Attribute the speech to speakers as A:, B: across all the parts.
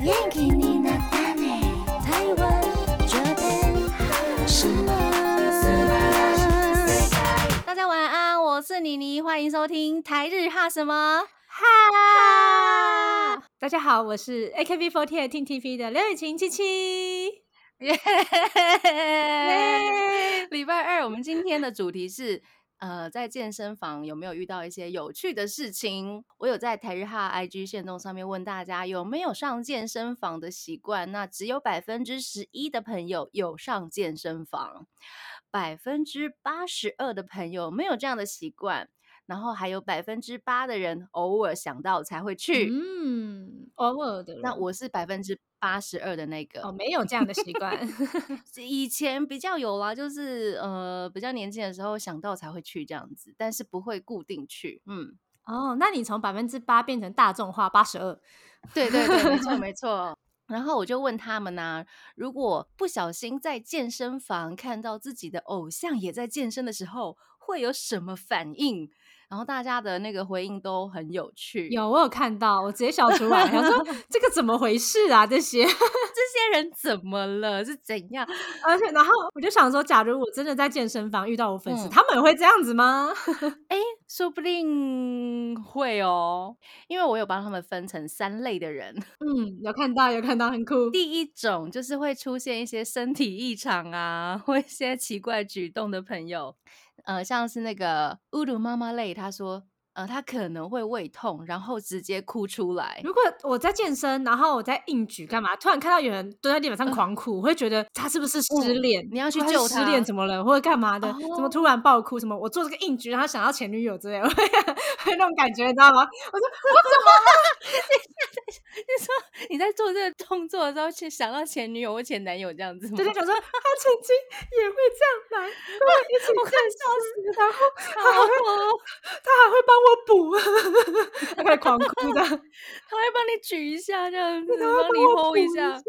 A: 元気になったね台湾 Japan 什么
B: 大家晚安，我是妮妮，欢迎收听台日哈什么。
C: 哈！大家好，我是 AKB48 Team TV 的刘雨晴七七。
B: 耶、
C: 耶
B: 礼拜二，我们今天的主题是，呃，在健身房有没有遇到一些有趣的事情？我有在台日哈 IG 线动上面问大家有没有上健身房的习惯，那只有百分之十一的朋友有上健身房，百分之八十二的朋友没有这样的习惯。然后还有百分之八的人偶尔想到才会去，
C: 嗯，偶尔的人，
B: 那我是百分之八十二的那个。
C: 哦没有这样的习 惯。
B: 以前比较有啦，就是呃比较年轻的时候想到才会去这样子，但是不会固定去。嗯，
C: 哦，那你从百分之八变成大众化八十二，
B: 对对对，没错没错。然后我就问他们呐、如果不小心在健身房看到自己的偶像也在健身的时候，会有什么反应？然后大家的那个回应都很有趣。
C: 有我有看到，我直接笑出来，我 说这个怎么回事啊？这 些，
B: 这些人怎么了？是怎样？
C: 而且然后我就想说，假如我真的在健身房遇到我粉丝，
B: 嗯
C: 他们也会这样子吗？
B: 说不定会哦，因为我有帮他们分成三类的人。
C: 嗯，有看到，有看到，很酷。
B: 第一种就是会出现一些身体异常啊，或一些奇怪举动的朋友，呃，像是那个乌鲁妈妈类，她说，呃，她可能会胃痛，然后直接哭出来。
C: 如果我在健身，然后我在硬举干嘛，突然看到有人蹲在地板上狂哭，我会觉得他是不是失
B: 嗯
C: 恋？
B: 你要去
C: 他是
B: 救
C: 失
B: 他
C: 恋
B: 哦
C: 怎么了，或者干嘛的？怎么突然爆哭？什么？我做这个硬举，然后想到前女友之类， 会会那种感觉，你知道吗？我说
B: 你说 你在做这个动作的时候，去想到前女友或前男友这样子吗？
C: 对对，想说他曾经也会这样来，跟我一起
B: 我
C: 健身，然
B: 好
C: 后
B: 哦，
C: 他还会帮我补，他开始狂 哭的，
B: 他会帮你举一下这样子，
C: 他会
B: 帮
C: 帮
B: 你
C: 我
B: 吼
C: 补
B: 一
C: 下
B: 下。，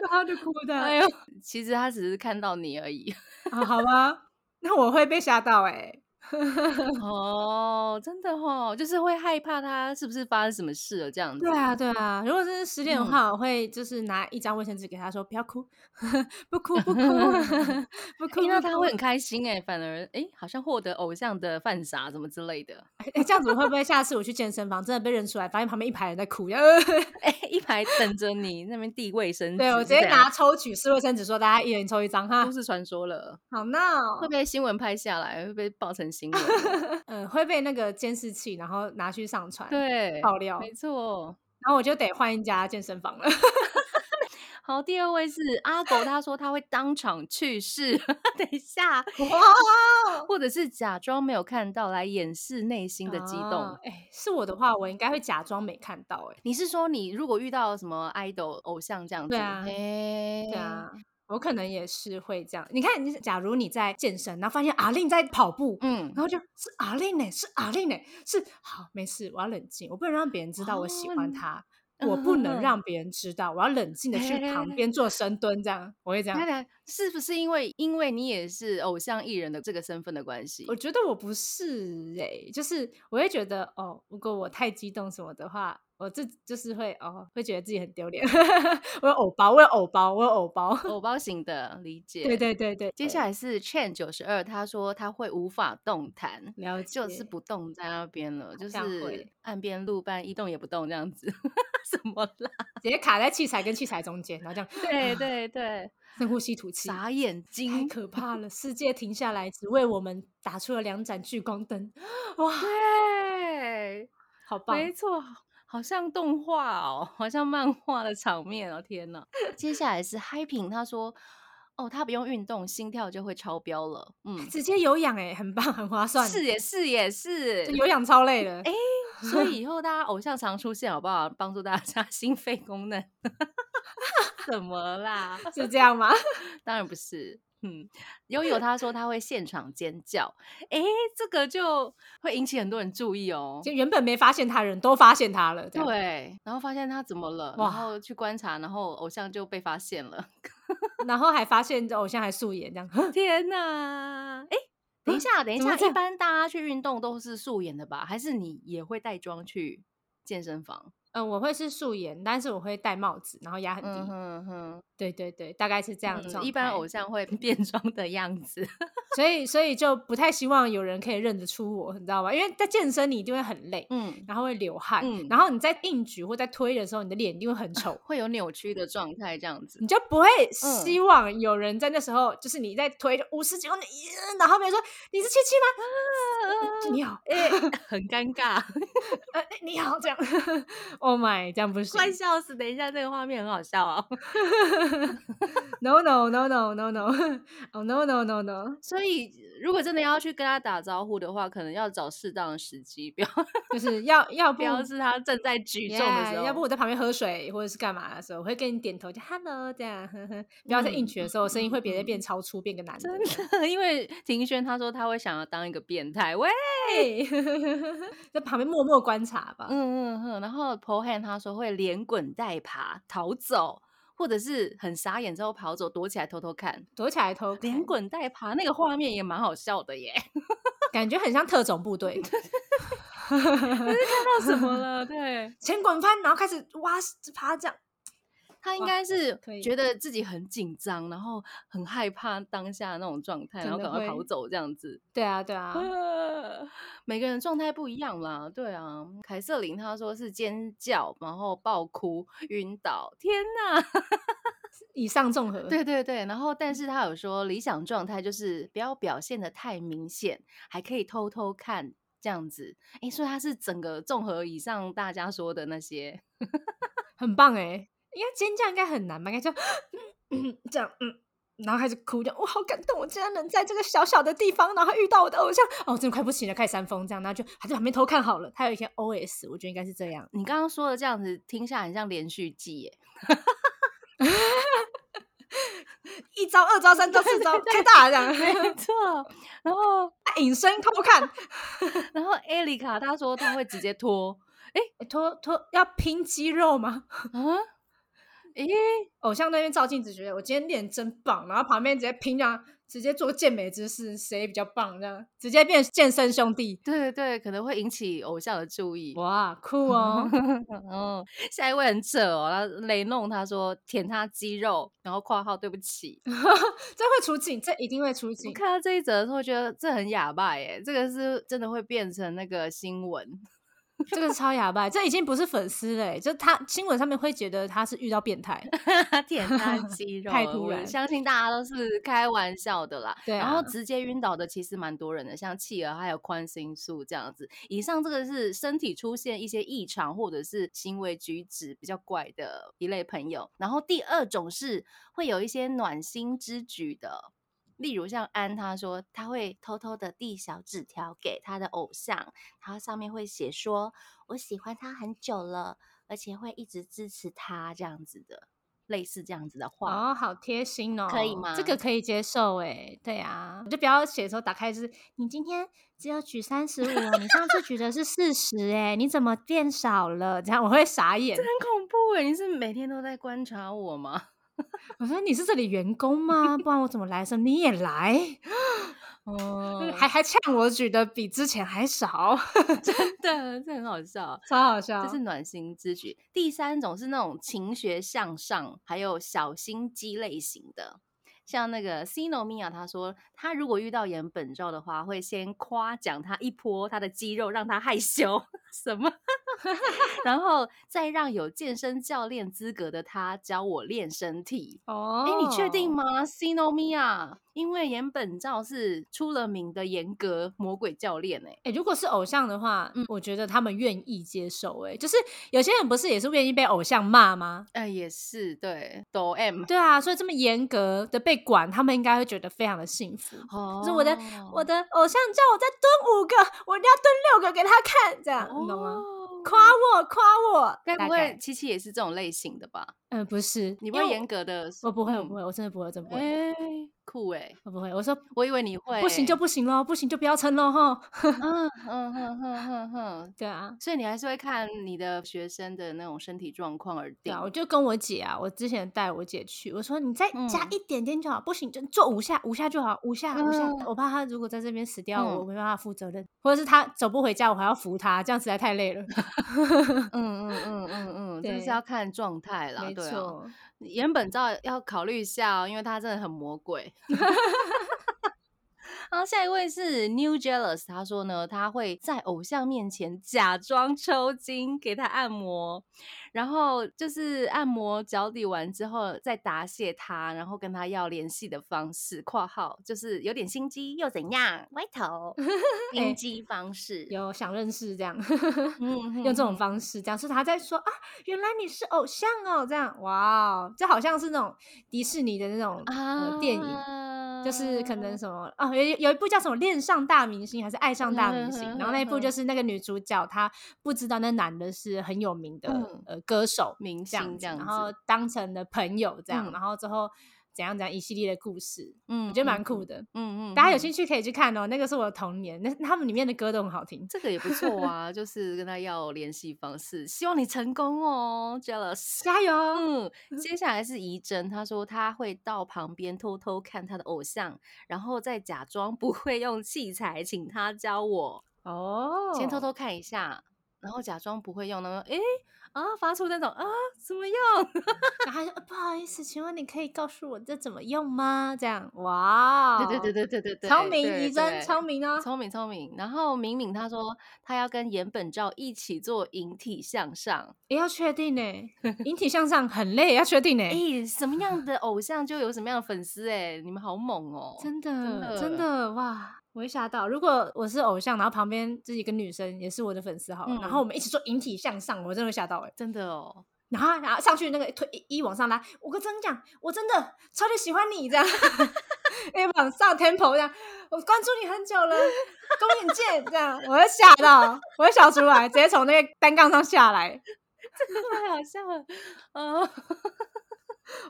C: 然后就哭的。
B: 哎呦，其实他只是看到你而已。
C: 啊，好吧，那我会被吓到哎、
B: 哦，真的哦，就是会害怕他是不是发生什么事了这样子。
C: 对啊，对啊，如果真是失恋的
B: 嗯
C: 话，我会就是拿一张卫生纸给他说，不要哭， 不哭， 不哭，不哭
B: 欸。那
C: 不
B: 他
C: 哭
B: 会很开心哎、反而哎、欸好像获得偶像的犯傻什么之类的，
C: 哎这样子，会不会下次我去健身房真的被认出来，发现旁边一排人在 哭？呃
B: 哎、一排等着你那边递卫生纸，
C: 对我直
B: 是
C: 接
B: 怎样
C: 拿抽取式卫生纸说，大家一人抽一张哈
B: 都，市传说了，
C: 好闹、
B: 会被新闻拍下来，会被爆成新闻哦。
C: 嗯，会被那个监视器然后拿去上传
B: 对，
C: 爆料，
B: 没错。
C: 然后我就得换一家健身房了。
B: 好，第二位是阿狗，他说他会当场去世。 等一下，
C: 哇，
B: 或者是假装没有看到来掩饰内心的激动。
C: 啊哎、是我的话，我应该会假装没看到、哎，
B: 你是说你如果遇到什么 idol 偶像这样子？
C: 对啊
B: 欸
C: 对啊，我可能也是会这样。你看，你假如你在健身，然后发现阿令在跑步，
B: 嗯，
C: 然后就是阿令呢，是阿令呢，是好没事，我要冷静，我不能让别人知道我喜
B: 哦
C: 欢
B: 你
C: 他，我不
B: 嗯
C: 能让别人知道，我要冷静的去旁边做深蹲，这样我会这
B: 太
C: 样。
B: 太，是不是因为因为你也是偶像艺人的这个身份的关系
C: 我？觉得我不是诶、就是我会觉得哦，如果我太激动什么的话，我自就是会哦，会觉得自己很丢脸。 我有偶包，我有偶包，我有偶包。
B: 偶包型的理解。
C: 对。对对对，
B: 接下
C: 来
B: 来是 Chen 九十二，他说他会无法动弹，
C: 了解
B: 就是不动在那边了，就
C: 像
B: 是
C: 会
B: 岸边路伴一动也不动这样子， 什么啦？
C: 直接卡在器材跟器材中间，然后这样
B: 对
C: 啊
B: 对对，
C: 深呼吸吐气，
B: 眨眼
C: 太
B: 睛，
C: 可怕 了！世界停下来，只为我们打出了两盏聚光灯，哇，
B: 对，
C: 好棒！
B: 没错，好像动画哦，好像漫画的场面哦，天哪！接下来是 h i p i n 他说，哦，他不用运动，心跳就会超标了，嗯，
C: 直接有氧哎、很棒，很划算，
B: 是也是也是
C: 这，有氧超累的。
B: 哎 所以以后大家偶像常出现，好不好？帮助大家 心肺功能，怎么啦？
C: 是这样吗？
B: 当然不是。嗯，悠悠他说他会现场尖叫，哎、这个就会引起很多人注意哦。
C: 就原本没发现他人都发现他了，这样
B: 对，然后发现他怎么了，然
C: 哇
B: 后去观察，然后偶像就被发现了。
C: 然后还发现偶像还素颜这样，
B: 天哪！哎，等一
C: 啊
B: 下，等一
C: 怎么
B: 下，一
C: 这样
B: 般大家去运动都是素颜的吧？还是你也会带妆去健身房？
C: 嗯，我会是素颜，但是我会戴帽子，然后压很低。
B: 嗯哼哼，
C: 对对对，大概是这样的
B: 嗯
C: 状态、
B: 一般偶像会变装的样子。
C: 所以所以就不太希望有人可以认得出我，你知道吗？因为在健身你一定会很累，
B: 嗯，
C: 然后会流汗，
B: 嗯
C: 然后你在硬举或在推的时候，你的脸一定会
B: ，
C: 很丑
B: 会有扭曲的状态这样子
C: 你。就不会希
B: 嗯
C: 望有人在那时候、就是你在推五十几公斤，咦然后别人说你是七七吗？呃你好，
B: 哎、很尴尬，
C: 呃，哎你好，这样，Oh my，这样不 行
B: 快笑死！等一下，这个画面很好笑哦。
C: ，No no no no no no，哦 no no no no，
B: 所以，如果真的要去跟他打招呼的话，可能要找适当的时机，不要
C: 就是要要不
B: 不要是他正在举重的
C: Yeah，
B: 时候。
C: 要不我在旁边喝水或者是干嘛的时候，我会跟你点头，就 hello 这样，呵呵。不要在硬举的时候，声音会别
B: 嗯
C: 人变超粗，变个男的。
B: 真的， 因为庭轩他说他会想要当一个变态， 喂，
C: 对， 在旁边默默观察吧。
B: 嗯嗯嗯。然后 p o h a n 他说会连滚带爬逃走，或者是很傻眼之后跑走，躲起来偷偷看。
C: 躲起来偷看
B: 连，滚带爬那个画面也蛮好笑的耶，
C: 感觉很像特种部队，
B: 那怎么 了？对，
C: 前滚翻，然后开始哇爬这样。
B: 他应
C: 哇
B: 该是
C: 可以
B: 觉得自己很紧张，然后很害怕当下那种状态，然
C: 真
B: 后
C: 的
B: 赶快跑
C: 会
B: 走这样子。
C: 对啊，对啊，
B: 呃 每个人状态不一样啦，对啊。凯瑟琳她说是尖叫，然后爆哭、晕倒，天哪！嗯
C: 以上综合。
B: 对对对，然后但是她有说理想状态就是不要表现的太明显，还可以偷偷看这样子。诶，所以她是整个综合以上大家说的那些，
C: 很棒哎、应该尖叫应该很难吧？应该就这样，嗯，然后开始哭，这样我好感动，我竟然能在这个小小的地方，然后遇到我的偶像，哦，我真的快不行了，开始煽风这样，然后就还在旁边偷看好了。他有一些 OS，我觉得应该是这样，
B: 你刚刚说的这样子，听下来很像连续剧耶。
C: 一招、二招、三招、四招，开大了这样，
B: 没错， 然后
C: 隐身偷看，
B: 然后艾丽卡她说她会直接脱，
C: 欸脱脱要拼肌肉吗？
B: 啊，诶、
C: 偶像那边照镜子，觉得我今天练得真棒，然后旁边直接拼这样，直接做健美姿势，谁比较棒这样，直接变健身兄弟，
B: 对对对，可能会引起偶像的注意。
C: 哇，酷 哦！
B: 哦，下一位很扯哦，然后雷弄他说舔他肌肉，然后括号对不起。
C: 这会出镜，这一定会出
B: 我
C: 镜。
B: 看到这一则的时候，觉得这很哑巴耶，这个是真的会变成那个新闻。
C: 这个超哑巴，这已经不是粉丝了欸，就他新闻上面会觉得他是遇到变态。
B: 舔 他肌肉，
C: 太突
B: 我
C: 然
B: 相信大家都是开玩笑的啦。
C: 对
B: 然后
C: 啊
B: 直接晕倒的其实蛮多人的，像企鹅还有宽心素这样子。以上这个是身体出现一些异常或者是行为举止比较怪的一类朋友。然后第二种是会有一些暖心之举的。例如像安，他说他会偷偷的递小纸条给他的偶像，他上面会写说：“我喜欢他很久了，而且会一直支持他这样子的，类似这样子的话。
C: 哦，好贴心哦，
B: 可以吗
C: 这个可以接受哎，对啊，就不要写的时候打开就是你今天只有举三十五，你上次举的是四十哎，你怎么变少了？这样我会傻眼，
B: 很恐怖哎！你是每天都在观察我吗？
C: 我说你是这里员工吗？不然我怎么来的时候你也来，
B: 哦
C: 就是还还呛我举的比之前还少，
B: 真的，啊这很好笑。
C: 超好笑，
B: 这是暖心之举。第三种是那种勤学向上，还有小心机类型的。像那个 Cino Mia，他说他如果遇到演本照的话，会先夸奖他一波他的肌肉，让他害羞 什么，然后再让有健身教练资格的他教我练身体。
C: 哦
B: 哎、你确定？吗？Cino Mia，因为岩本照是出了名的严格魔鬼教练哎、
C: 哎、如果是偶像的话，
B: 嗯
C: 我觉得他们愿意接受、欸。哎，就是有些人不是也是愿意被偶像骂吗？
B: 哎、也是对，抖 M，
C: 对啊，所以这么严格的被管，他们应该会觉得非常的幸福。
B: 哦
C: 就是我的我的偶像叫我再蹲五个，我一定要蹲六个给他看，这样、啊你懂吗？
B: 哦
C: 夸我夸我，
B: 该不
C: 大
B: 会
C: 概？
B: 七七也是这种类型的吧？
C: 嗯、不是，
B: 你
C: 因
B: 不会
C: 为
B: 严
C: 我？
B: 格的，
C: 我不会，我
B: 嗯
C: 不会，我真的不会，我真的不会。
B: 哎、酷哎、
C: 我不会，我说
B: 我以为你会欸、
C: 不行就不行喽，不行就不要撑喽哈。
B: 嗯嗯哼哼哼哼，
C: 对啊，
B: 所以你还是会看你的学生的那种身体状况而
C: 对
B: 定
C: 啊，。我就跟我姐啊，我之前带我姐去，我说你再加
B: 嗯
C: 一点点就好，不行就做五下，五下就好，五下五下
B: 嗯。
C: 我怕她如果在这边死掉，
B: 嗯
C: 我没办法负责任，或者是她走不回家，我还要扶她，这样实在太累了。
B: 嗯嗯嗯嗯嗯，真的是
C: 对
B: 要看状态 啦，
C: 没
B: 对啊。
C: 错，
B: 岩本照要考虑一下哦，因为他真的很魔鬼。 然后下一位是 New Jealous，他说呢，他会在偶像面前假装抽筋，给他按摩，然后就是按摩脚底完之后再答谢他，然后跟他要联系的方式（括号就是有点心机又怎样，歪头心机方式）
C: 哎有想认识这样。
B: 嗯
C: 用这种
B: 哼
C: 方式，这样是他在说啊，原来你是偶像哦，这样哇哦，这好像是那种迪士尼的那种、
B: 哼
C: 呃电影，
B: 啊
C: 就是可能什么哦，有有一部叫什么《恋上大明星》还是《爱上大明星》，然后那一部就
B: 嗯
C: 是那个女主角她不知道那男的是很有名的、
B: 嗯
C: 呃歌手
B: 明
C: 这样
B: 星这样
C: 子
B: 子，
C: 然后当成了朋友这样，
B: 嗯
C: 然后之后怎样怎样一系列的故事，
B: 嗯
C: 我觉得蛮
B: 嗯
C: 酷的。
B: 嗯嗯，
C: 大家有
B: 嗯
C: 兴趣可以去看哦，那个是我的童年，那他们里面的歌都很好听。
B: 这个也不错啊，就是跟他要联系方式，希望你成功哦，Jealous。
C: 加油！
B: 嗯，接下来是怡珍，她说她会到旁边偷偷看她的偶像，然后再假装不会用器材，请他教我，
C: 哦
B: 先偷偷看一下，然后假装不会用，然后诶啊发出那种啊怎么用？
C: 然后他就、呃不好意思，请问你可以告诉我这怎么用吗？这样，哇哦，
B: 对对
C: 对
B: 对对对对，
C: 聪明
B: 对
C: 怡真
B: 对
C: 聪明哦，
B: 聪明聪明。然后敏敏她说她要跟岩本照一起做引体向上，
C: 也要确定呢、引体向上很累，要确 定呢、
B: 哎、什么样 的偶像就有什么样的粉丝哎、你们好猛哦、
C: 真的
B: 的
C: 真的哇，我会吓到。如果我是偶像，然后旁边就是一个女生也是我的粉丝好了，然后
B: 嗯
C: 我们一起做引体向上，我真的会吓到哎、
B: 真的哦、
C: 然后然后上去那个推一一往上拉，我跟真讲，我真的超级喜欢你这样， 哎往上 tempo 这样，我关注你很久了，公演见这样，我会吓到，我会笑出来，直接从那个单杠上下来，
B: 太好笑了，呃，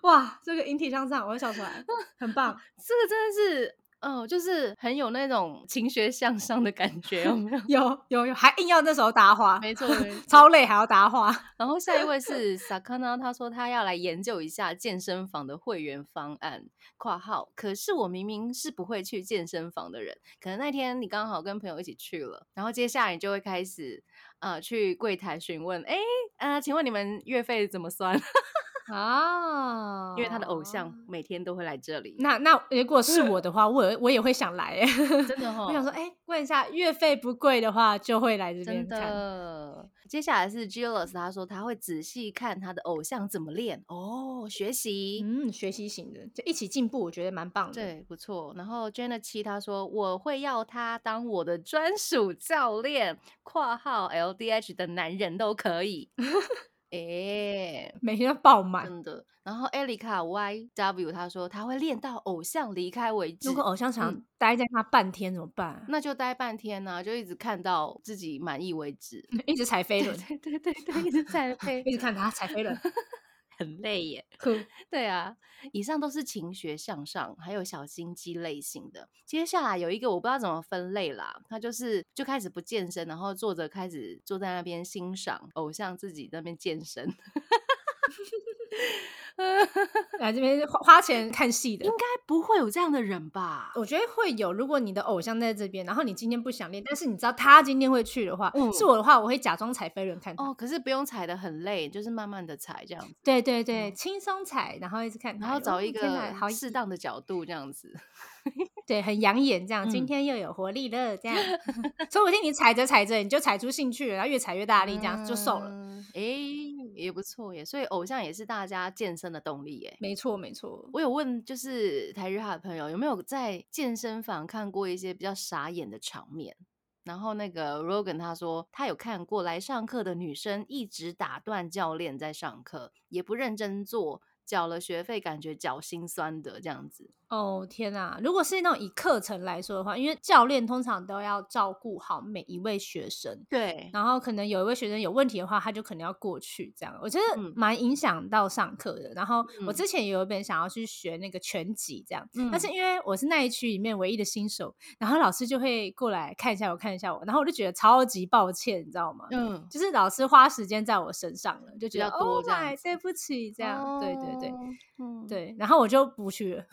C: 哇，这个引体向上我会笑出来，很棒，？
B: 这个真的是，哦、就是很有那种勤学向上的感觉，有没有
C: 有有有，还硬要那时候搭话，
B: 没 错，没错。
C: 超累还要搭话，
B: 然后下一位是 Sakana，他说他要来研究一下健身房的会员方案（括号）。可是我明明是不会去健身房的人，可能那天你刚好跟朋友一起去了，然后接下来你就会开始呃去柜台询问，哎呃，请问你们月费怎么算？
C: 哦
B: 因为他的偶像。每天都会来这里，
C: 那那如果是我的话，我也我也会想来 哎，
B: 真的哦哈、
C: 我想说，哎、问一下，月费不贵的话，就会来这边
B: 真
C: 看。
B: 的。接下来是 Jules，他说他会仔细看他的偶像怎么练哦，学习。
C: 嗯，学习型的，就一起进步，我觉得蛮棒的。，
B: 对，不错。然后 Jenna 七她说我会要他当我的专属教练（括号 LDH 的男人都可 以）诶，
C: 每天都爆满。
B: 真的。然后 Erica Y W 她说她会练到偶像离开为止
C: 如，果偶像想
B: 嗯
C: 待在那半天怎么办？啊
B: 那就待半天呢、就一直看到自己满意为止。
C: 一直踩飞
B: 对
C: 轮，
B: 对 对对对，一直 在飞
C: 一，直看他踩飞 轮，
B: 很累耶。
C: 酷。
B: 对啊，以上都是勤学向上，还有小心机类型的。接下来有一个我不知道怎么分类啦，他就是就开始不健身，然后坐着开始坐在那边欣赏偶像自己在那边健身，
C: 来这边花花钱看戏的
B: 应，该不会有这样的人吧？
C: 我觉得会有。如果你的偶像在这边，然后你今天不想练，但是你知道他今天会去的话，
B: 嗯
C: 是我的话，我会假装踩飞轮看他。
B: 哦，可是不用踩的很累，就是慢慢的踩这样子，
C: 对对对，轻松踩，然后一直看他，
B: 嗯然后找
C: 哦
B: 一
C: 天哪
B: 个
C: 好
B: 适当的角度这样子。
C: 对，很养眼，这样、今
B: 嗯
C: 天又有活力 了，这样。所以我听你踩着踩着，你就踩出兴趣了，然后越踩越大力，这样、就瘦了。
B: 嗯。哎、也不错耶，所以偶像也是大家健身的动力耶。
C: 没错，没错。
B: 我有问，就是台日哈的朋友有没有在健身房看过一些比较傻眼的场面？然后那个 Rogan 他说，他有看过来上课的女生一直打断教练在上课，也不认真做，缴了学费，感觉脚心酸的这样子。
C: 哦天啊！如果是那种以课程来说的话，因为教练通常都要照顾好每一位学生，
B: 对，
C: 然后可能有一位学生有问题的话，他就可能要过去这样，我觉得
B: 嗯
C: 蛮影响到上课的。然后我
B: 嗯
C: 之前也有一本想要去学那个拳击这样，但是
B: 嗯
C: 因为我是那一区里面唯一的新手，然后老师就会过来看一下我，看一下我，然后我就觉得超级抱歉，你知道吗？
B: 嗯，
C: 就是老师花时间在我身上了，就觉得
B: 较多
C: Oh
B: 这样
C: my，
B: 子
C: 对不起，这样， 对对对
B: 哦，嗯，
C: 对，然后我就不去了。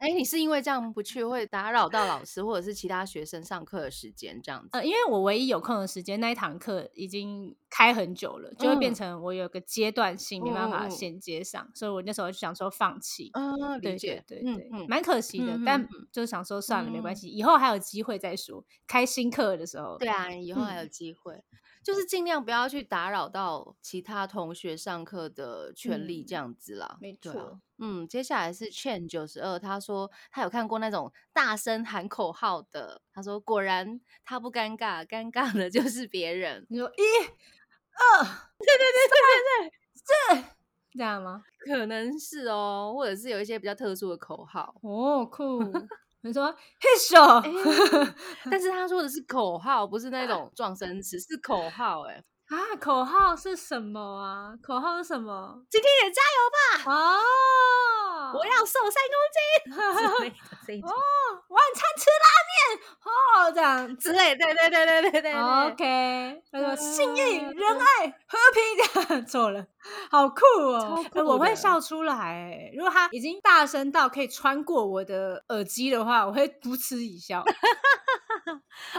B: 哎，你是因为这样不去会打扰到老师或者是其他学生上课的时间这样子？
C: 呃，因为我唯一有空的时间，那一堂课已经开很久了，就会变
B: 嗯
C: 成我有个阶段性没办
B: 嗯嗯
C: 法
B: 嗯
C: 衔接上，所以我那时候就想说放弃。
B: 嗯，理
C: 对
B: 解
C: 对，对
B: 嗯
C: 对，
B: 嗯
C: 蛮可惜的，
B: 嗯嗯
C: 但
B: 嗯
C: 就是想说算了，没关
B: 嗯
C: 系，以后还有机会再说。开新课的时候，
B: 对啊，以后还有
C: 嗯
B: 机会，就是尽量不要去打扰到其他同学上课的权利，这
C: 嗯
B: 样子啦。
C: 没
B: 对啊
C: 错，
B: 嗯，接下来是 Chen 九十二，他说他有看过那种大声喊口号的，他说果然他不尴尬，尴尬的就是别人。
C: 你说一、 二，对对对对对对，是这样吗？
B: 可能是哦，或者是有一些比较特殊的口号，
C: 哦，酷！ 你说嘿咻，
B: 哎 但是他说的是口号，不是那 种撞声词，是口号、哎，
C: 啊，口号是什么啊？口号是什么？
B: 今天也加油吧，
C: 哦，
B: 啊 我要瘦三 公斤之类的这一种
C: 哦，晚餐吃拉面哦，这样子。
B: 之类，对对对对对对对
C: OK，他说信义、
B: 嗯
C: 仁爱、和平， 这样错了，好酷哦！
B: 超
C: 哎
B: 酷
C: 我会
B: 的
C: 笑出来欸。如果他已经大声到可以穿过我的耳机的话，我会噗嗤一笑。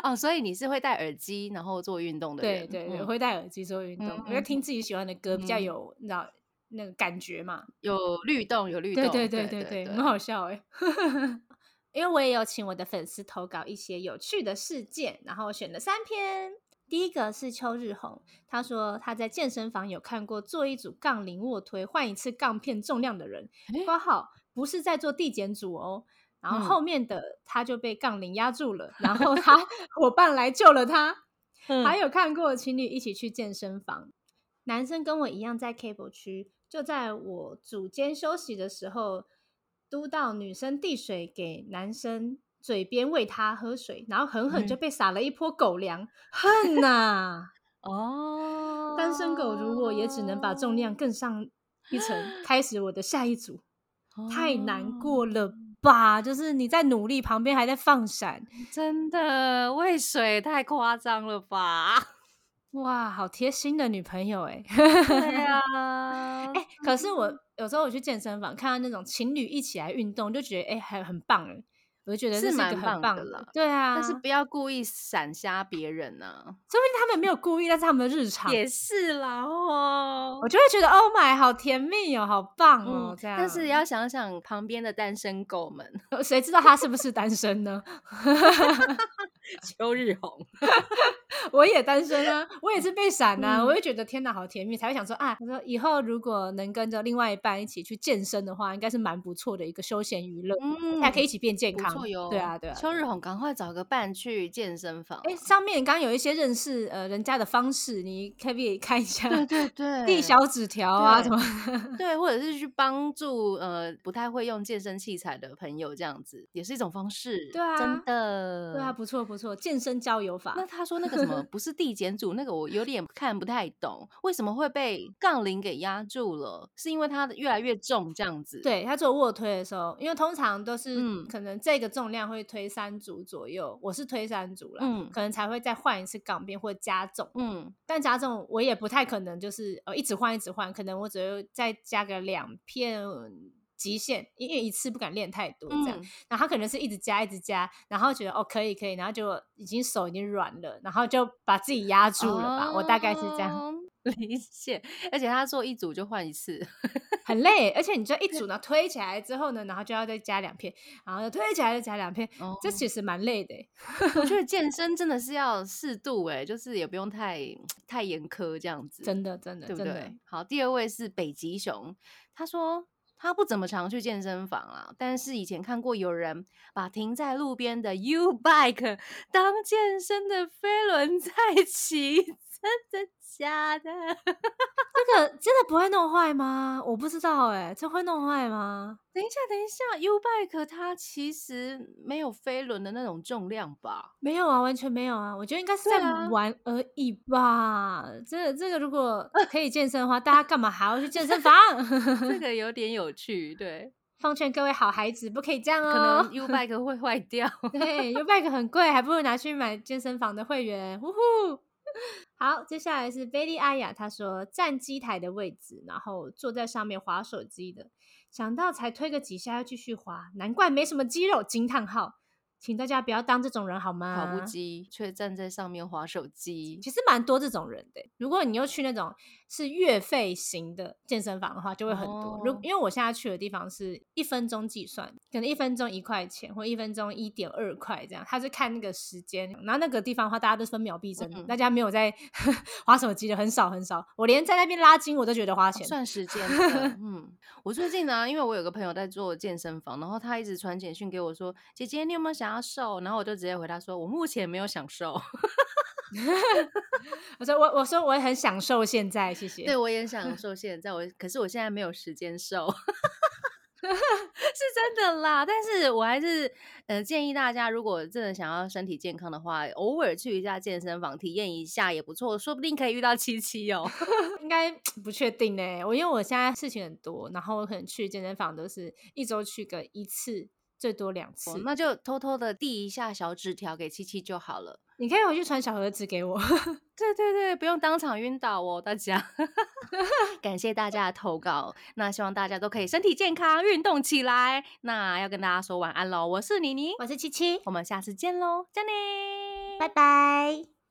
B: 哦，所以你是会戴耳机然后做运动的
C: 对
B: 人，
C: 对对，
B: 嗯
C: 我会戴耳机做运动，
B: 嗯
C: 我要听自己喜欢的歌，比较
B: 嗯
C: 有你知道那个感觉嘛。
B: 有律动有律动，
C: 对对对
B: 对
C: 对对，
B: 对
C: 很好笑哎、 因为我也有请我的粉丝投稿一些有趣的事件，然后我选了三篇。第一个是邱日红，他说他在健身房有看过做一组杠铃卧推换一次杠片重量的人，
B: 诶
C: 括号不是在做递减组哦。然后
B: 嗯
C: 后面的他就被杠铃压住了，然后他 伙伴来救了他。
B: 嗯
C: 还有看过情侣一起去健身房，男生跟我一样在 cable 区，就在我组间休息的时候，嘟到女生递水给男生嘴边喂他喝水，然后狠狠就
B: 嗯
C: 被撒了一泼狗粮，恨呐、
B: 哦，
C: 单身狗如我也只能把重量更上一层，开始我的下一组，太
B: 哦
C: 难过了吧？就是你在努力，旁边还在放闪，
B: 哦，真的喂水太夸张了 吧？
C: 哇，好贴心的女朋友哎、
B: 对啊，
C: 哎、可是我有时候我去健身房看到那种情侣一起来运动，就觉得哎、还很棒哎，我就觉得
B: 是
C: 这一个
B: 蛮
C: 很
B: 棒
C: 棒
B: 的啦
C: 对啊，
B: 但
C: 说
B: 是
C: 不
B: 不要故意闪瞎别人呐、
C: 定他们没有故意，但是他们的日常，
B: 也是啦哦
C: 我。就会觉得 Oh my，好甜蜜哦，好棒哦，
B: 嗯，
C: 这样。
B: 但是要想想旁边的单身狗们，
C: 呃谁知道他是不是单身呢？
B: 秋日红，
C: 我也单身啊，我也是被闪啊，
B: 嗯
C: 我也觉得天哪，好甜蜜，才会想说啊，我说以后如果能跟着另外一半一起去健身的话，应该是蛮不错的一个休闲娱乐，
B: 嗯
C: 还可以一起变健
B: 不
C: 康
B: 错哟。
C: 对啊，对啊。
B: 秋日红，赶快找个伴去健身房啊。
C: 哎，上面刚刚有一些认识呃人家的方式，你可不可以看一下？
B: 对对对，
C: 递小纸条啊
B: 对
C: 什么？
B: 对，或者是去帮助呃不太会用健身器材的朋友，这样子也是一种方式。
C: 对啊
B: 真的。
C: 对啊，不啊错不错，健身交友法
B: 那他说那个什么不是递减组，那个我有点看不太懂，为什么会被
C: 嗯
B: 杠铃给压住了？是因为它的越来越重这样子？，
C: 对他做卧推的时候，因为通常都是
B: 嗯
C: 可能这个重量会推三组左右，我是推三组啦，
B: 嗯
C: 可能才会再换一次杠片或加重。
B: 嗯，
C: 但加重我也不太可能就是呃一直换一直换，可能我只会再加个两片极限，因为一次不敢练太多这样。
B: 嗯
C: 然后他可能是一直加一直加，然后觉得哦可以可以，然后就已经手已经软了，然后就把自己压住了吧。我大概是这样，
B: 哦，理解。而且他做一组就换一 次，
C: 很累，而且你就一组呢推起来之后呢，然后就要再加两片，然后又推起来再加两片，
B: 哦
C: 这其实蛮累的欸。
B: 我觉得健身真的是要适度哎、就是也不用太太严苛这 样子，
C: 真的，真的，
B: 对不
C: 真的
B: 对？，好，第二位是北极熊，他说他不怎么常去健身房啊，但是以前看过有人把停在路边的 U bike 当健身的飞轮在骑。 真假的？
C: 这个真的不会弄坏吗？我不知道哎、这会弄坏吗？
B: 等一下，等一下，U bike 它其实没有飞轮的那种重量吧？
C: 没有啊，完全没有啊！我觉得应该是
B: 对
C: 在
B: 啊
C: 玩而已吧。这这个如果可以健身的话，大家干嘛还要去健身房？
B: 这个有点有趣，对，
C: 奉劝各位好孩子，不可以这样
B: 可
C: 哦
B: 能。U bike 会坏掉。
C: 对 u bike 很贵，还不如拿去买健身房的会员。呼呼。好，接下来是 Baby 阿雅，她说站机台的位置，然后坐在上面滑手机的，想到才推个几下要继续滑，难怪没什么肌肉！惊叹号！请大家不要当这种人好吗？
B: 跑步机却站在上面划手机，
C: 其实蛮多这种人的欸。如果你又去那种是月费型的健身房的话，就会很多。如、
B: 哦
C: 因为我现在去的地方是一分钟计算，可能一分钟一块钱或一分钟一点二块这样，它是看那个时间。然后那个地方的话，大家都是分秒必争的，
B: 嗯
C: 大家没有在 划手机的，很少很少。我连在那边拉筋我都觉得花钱。
B: 哦啊算时间 的。嗯，我最近呢、因为我有个朋友在做健身房，然后他一直传简讯给我说：“姐姐，你有没有想要瘦？”然后我就直接回答说：“我目前没有想瘦。
C: 我说我我说我很享受现在，谢 谢。
B: 对，我也想瘦，现在我可是我现在没有时间瘦。” 是真的啦，但是我还是呃建议大家，如果真的想要身体健康的话，偶尔去一下健身房体验一下也不错，说不定可以遇到七七 哦。
C: 应该不确定呢、我因为我现在事情很多，然后我可能去健身房都是一周去个一次，最多两次。
B: 哦那就偷偷的递一下小纸条给七七就好了。
C: 你可以回去传小盒子给我。
B: 对对对，不用当场晕倒哦，大家。 感谢大家的投稿，那希望大家都可以身体健康，运动起来。那要跟大家说晚安喽，我是妮妮，
C: 我是七七，
B: 我们下次见喽，再见。
C: 拜拜。